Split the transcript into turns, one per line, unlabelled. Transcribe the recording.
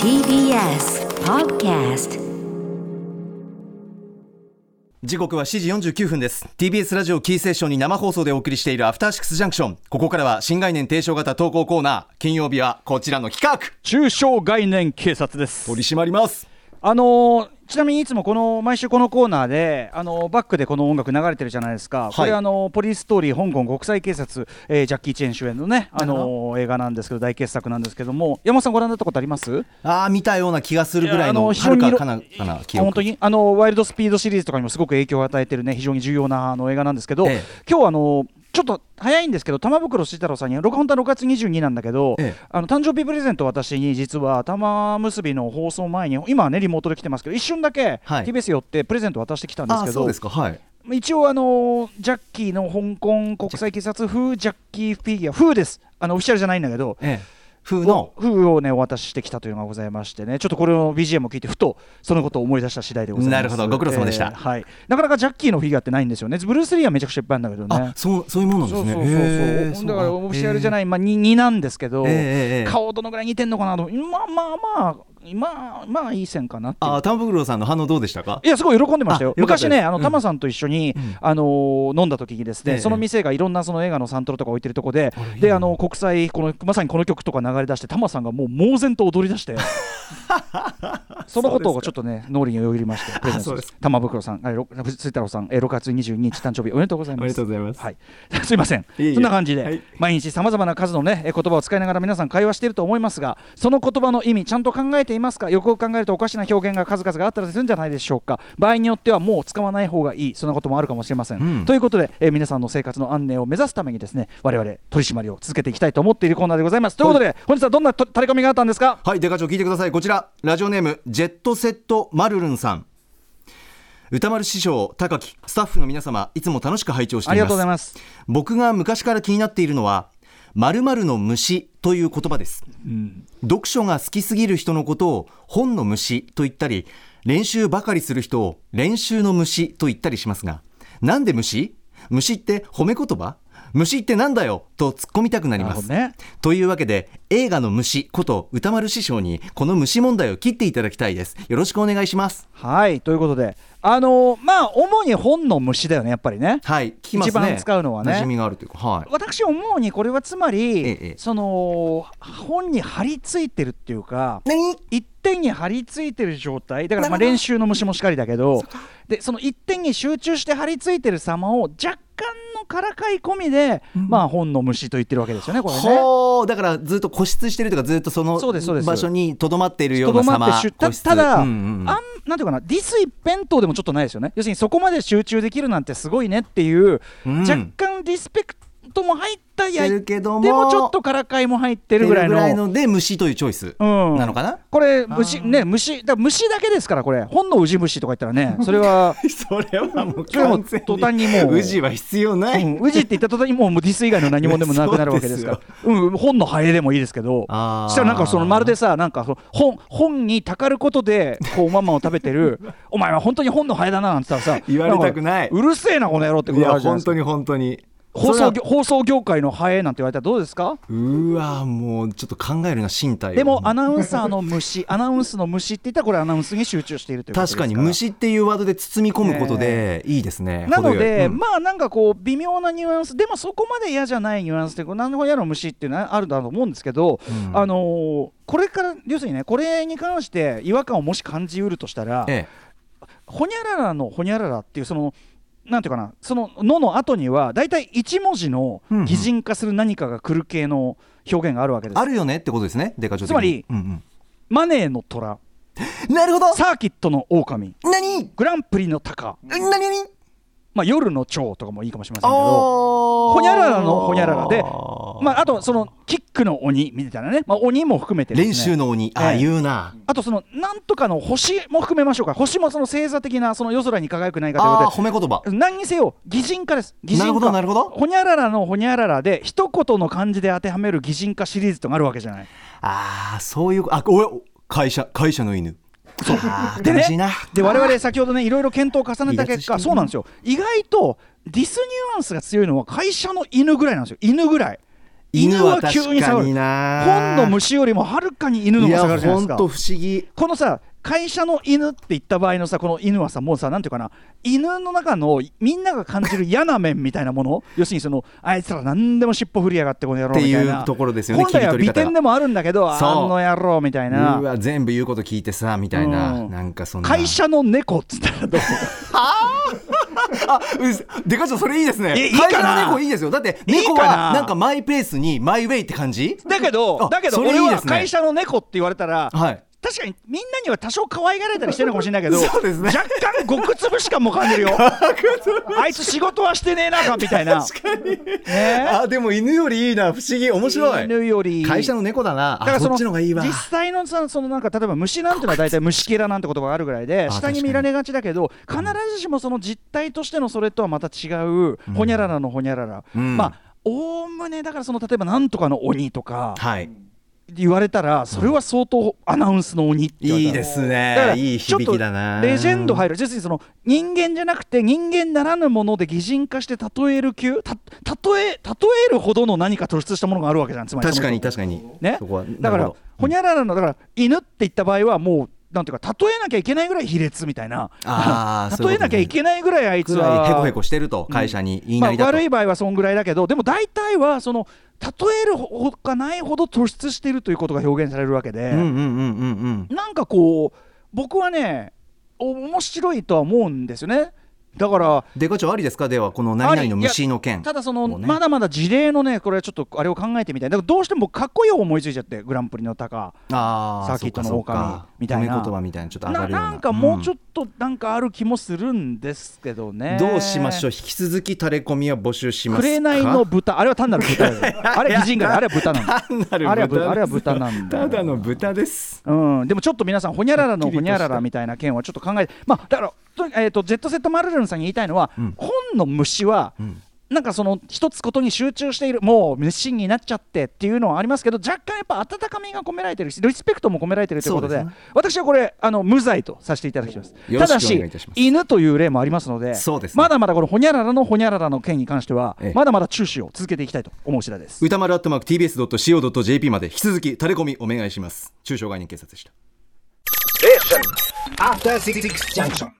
TBS Podcast
時刻は7時49分です TBS ラジオキーセーションに生放送でお送りしているアフターシックスジャンクションここからは新概念提唱型投稿コーナー金曜日はこちらの企画
中小概念警察です
取り締まります
あのーちなみにいつもこの毎週このコーナーで、あのーバックでこの音楽流れてるじゃないですか、これ、あのーポリストーリー香港国際警察、えージャッキー・チェン主演のね、あのー映画なんですけど、大傑作なんですけども、山本さん、ご覧になったことあります
ああ見たような気がするぐらいの
いやあの
はる
非常
か
に
かなかな記憶
本当にあのワイルドスピードシリーズとかにもすごく影響を与えてるね非常に重要なあの映画なんですけど、
ええ
今日あのちょっと早いんですけど玉袋慎太郎さんに録本当は6月22なんだけど、
ええ
あの誕生日プレゼントを私に実は玉結びの放送前に今はねリモートで来てますけど一瞬だけ
はい
TBS 寄ってプレゼント渡してきたんです
あ
け
あ
ど、
そうですかはい
一応あのジャッキーの香港国際警察風ジャッキーフィギュア風ですあのオフィシャルじゃないんだけど、
ええ風の
封をねお渡ししてきたというのがございましてねちょっとこれを BGM を聞いてふとそのことを思い出した次第でございます
なるほどご苦労様でした
えーはい、なかなかジャッキーのフィギュアってないんですよねブルース・リーはめちゃくちゃいっぱいあるんだけど
あ
ね
そうそういうものなんですねへえ
そうそうそうだからオフィシャルじゃないい、まあ、にになんですけど、
ええええええ
顔どのぐらい似てんのかなとまあまあまあまあまあいい線かなっていう
ああ玉袋さんの反応どうでしたか
いやすごい喜んでました
あよ
よ
かったです
昔ねあ
う
の
ん
タマさんと一緒に、あのー飲んだ時にですね、
ええ
その店がいろんなその映画のサントラとか置いてるとこで、
いい
で
な
あの国際このまさにこの曲とか流れ出してタマさんがもう猛然と踊り 出してそのことをちょっとね脳裏によぎりま してプレゼント
そう
し
で
ますす玉袋さんあろ藤井太郎さんえ6月22日誕生日おめでとうございま
お
す
めでとうございます
はい、 すいません
いえいえ
そんな感じで、
はい
毎日さまざまな数のねえ言葉を使いながら皆さん会話していると思いますがその言葉の意味ちゃんと考えていますかよくよく考えるとおかしな表現が数々があったりするんじゃないでしょうか場合によってはもう使わない方がいいそんなこともあるかもしれません、
うん
ということで、えー皆さんの生活の安寧を目指すためにですね我々取り締まりを続けていきたいと思っているコーナーでございますということで、本日はどんなと垂れ込みがあったんですか
はい、デカ長聞いてください。こちら、ラジオネーム、ジェットセットマルルンさん。歌丸師匠、高木、スタッフの皆様、いつも楽しく拝聴しています。
ありがとうございます
僕が昔から気になっているのは、〇〇の虫という言葉です。読書が好きすぎる人のことを本の虫と言ったり、練習ばかりする人を練習の虫と言ったりしますが、なんで虫虫って褒め言葉虫ってなんだよと突っ込みたくなり
なる
ま
ほ
す
ど。ね
というわけで映画の虫こと歌丸師匠にこの虫問題を切っていただきたいですよろしくお願いします
はいということであのーまあ主に本の虫だよねやっぱりね
はい聞きますね
一番使うのはね
馴染みがあるというかはい
私思うにこれはつまり、
ええ
その本に張り付いてるっていうか
何
一点に張り付いてる状態だからま
な
あ
るほど
練習の虫もしかりだけどでその一点に集中して張り付いてる様を若干のからかい込みで、まあ本の虫と言ってるわけですよねこれね。
ほうだからずっと固執してるとかずっとその
そうですそうです
場所にとどまっているよ
と
うな
ど
様
まってしゅた
固執
ただ、
うんうんうん
あんなんていうかなディス一辺倒でもちょっとないですよね要するにそこまで集中できるなんてすごいねっていう、
うん
若干リスペクトも入ったや
して
い
るけども
でもちょっとからかいも入ってるぐらい
ってる
の
で虫というチョイス
うん
なのかな、
これ虫ね虫だから虫だけですからこれ本のウジ虫とか言った らねそれは
それはもう
それはもう途端にもう
宇治は必要ない、
うんウジって言った途端にもうもうディス以外の何もでもなくなるわけですから
そう
うん本のハエでもいいですけど
あー
したらなんかそのまるでさなんかその本本にたかることでこうママを食べてる お前は本当に本のハエだななんて言ったらさ
言われたくない
んかうるせえなこの野郎って
い
ことあ
や
るじゃな
本
いですか
当に本当にそ
放
れ
送
は
業放送業界のハエなんて言われたらどうで すか
うわもうちょっと考えるな身体を
でもアナウンサーの虫アナウンスの虫って言ったらこれアナウンスに集中しているということです
確
から
かに虫っていうワードで包み込むことでいいですね。
なの
程よい
で、
うん
まあなんかこう微妙なニュアンスでもそこまで嫌じゃないニュアンスでこう何でも嫌な虫っていうのはあるだろうと思うんですけど、
うん
あのーこれから要するにねこれに関して違和感をもし感じうるとしたら、
え
ほにゃららのほにゃららっていうそのなんていうかなその「の」の後には大体一文字の擬人化する何かが来る系の表現があるわけ
え
です。
あるよねってことですね。デカ長的に
つまり
うん
マネーの虎
うんなるほど。
サーキットの狼
何
グランプリの鷹、
何何
まあ、夜の蝶とかもいいかもしれませんけど。
ほ
ほにゃららのほにゃららで、まあ、あとそのキックの鬼みたいなね、まあ、鬼も含めてです
練
ね、
習の鬼ああ
ええ
言うな。
あとそのなんとかの星も含めましょうか星もその星座的なその夜空に輝くないかという
ああ
こと
褒め言葉。
で何にせよ擬人化です擬
な
人化
るほどなるほど
ほにゃららのほにゃららで一言の漢字で当てはめる擬人化シリーズとかあるわけじゃない
ああそういうあお会社会社の犬。そうああ
で
悲
ね
しいな。
で我々先ほどねいろいろ検討を重ね た
離脱し
結
てる
果そうなんですよ意外とディスニュアンスが強いのは会社の犬ぐらいなんですよ犬ぐらい
犬は
急に
確
下が
か
る
にな
本の虫よりもはるかに犬の方が下がるじゃないです
や
か
ほんと不思議
このさ会社の犬って言った場合のさこの犬はさもうさなんていうかな犬の中のみんなが感じる嫌な面みたいな もの要するにそのあいつら何でも尻尾振りやがってこの野郎みたい
って
な
いうところですよね
本来は
切り取
美
り方が
点でもあるんだけどあ
そう
の野郎みたいうな
わ全部言うこと聞いてさみたいな、
うん
なんかそんな
会社の猫っつった らどう
あうでかちょそれいいですね
えいいか
会
な
社の猫いいですよだって
いいかな
猫はなんかマイペースにマイウェイって感じ
だけど
あ
だけど
それいい
俺
で
は
すね
会社の猫って言われたら、
はい
確かにみんなには多少可愛がられたりしてるのかもしれない けど
そうですね
若干極粒しかも感じ るよあいつ仕事はしてねえなかみたいな確かにね
あでも犬よりいいな不思議面白い
犬より
会社の猫だな
だから
あ
そ
そ
の
っちのがいいわ
実際のさそのなんか例えば虫なんてのは大体虫けらなんて言葉があるぐらいで
あ
下
確
に
かに
見られがちだけど必ずしもその実態としてのそれとはまた違うほにゃららのほにゃらら、
うん
まあおおむねだからその例えばなんとかの鬼とか
はい
言われたらそれは相当アナウンスの鬼って言われ
い
た
い
ら
です
だから
ねいい
ちょっ
響
と
きだな
レジェンド入る要するにその人間じゃなくて人間ならぬもので擬人化して例える級た例え例えるほどの何か突出したものがあるわけじゃんつまり
確
その
かに確かに
ね
そこは、
だ
なる
から
ほど
ほにゃららのだから犬って言った場合はもうなんていうか例えなきゃいけないぐらい卑劣みたいな
あーそう
例
い
え
うことね
なきゃいけないぐらいあいつ
くら
はい
へこへこしてると会社に言いなりだ
まあ、
と、
悪い場合はそんぐらいだけどでも大体はその例えるほかないほど突出しているということが表現されるわけで、
うんうんうんうんうん
なんかこう僕はねお面白いとは思うんですよねだから
デカ長ありですかではこの何々の虫の
あり
件
いやただその、
もうね
まだまだ事例のねこれはちょっとあれを考えてみたいだからどうしても僕かっこいい方思いついちゃってグランプリの鷹
あ
サーキットの
そうかそうか
狼みたいな
褒め言葉みたいなちょっと
な
上がるような
なんかもうちょ
っ
っとなんかある気もするんですけどね、
どうしましょう引き続きタレコミは募集しますか
紅の豚あれは単なる 豚だよあれは擬人化だあれは豚なんだ
単なる豚
あれは豚あれは豚なんだ
ただの豚です
うん、でもちょっと皆さん、ほにゃららのほにゃららみたいな件はちょっと考えて、まあ、だからとに、えーと、z セットマルルンさんに言いたいのは、
うん
本の虫は、
うん
なんかその一つことに集中している、もう虫になっちゃってっていうのはありますけど、若干やっぱ温かみが込められてるし、リスペクトも込められてるということで、
そうですね
私はこれあの、無罪とさせていただきます。
よ
た
ろ
だ
しくお
し
願いいたします
犬という例もありますので、
そうですね
まだまだこのほにゃららのほにゃららの件に関しては、
ええ
まだまだ注視を続けていきたいと思う次第です。
歌丸アットマーク TBS.CO.JP まで引き続きタレコミお願いします中小概念警察でした
After Six Junction.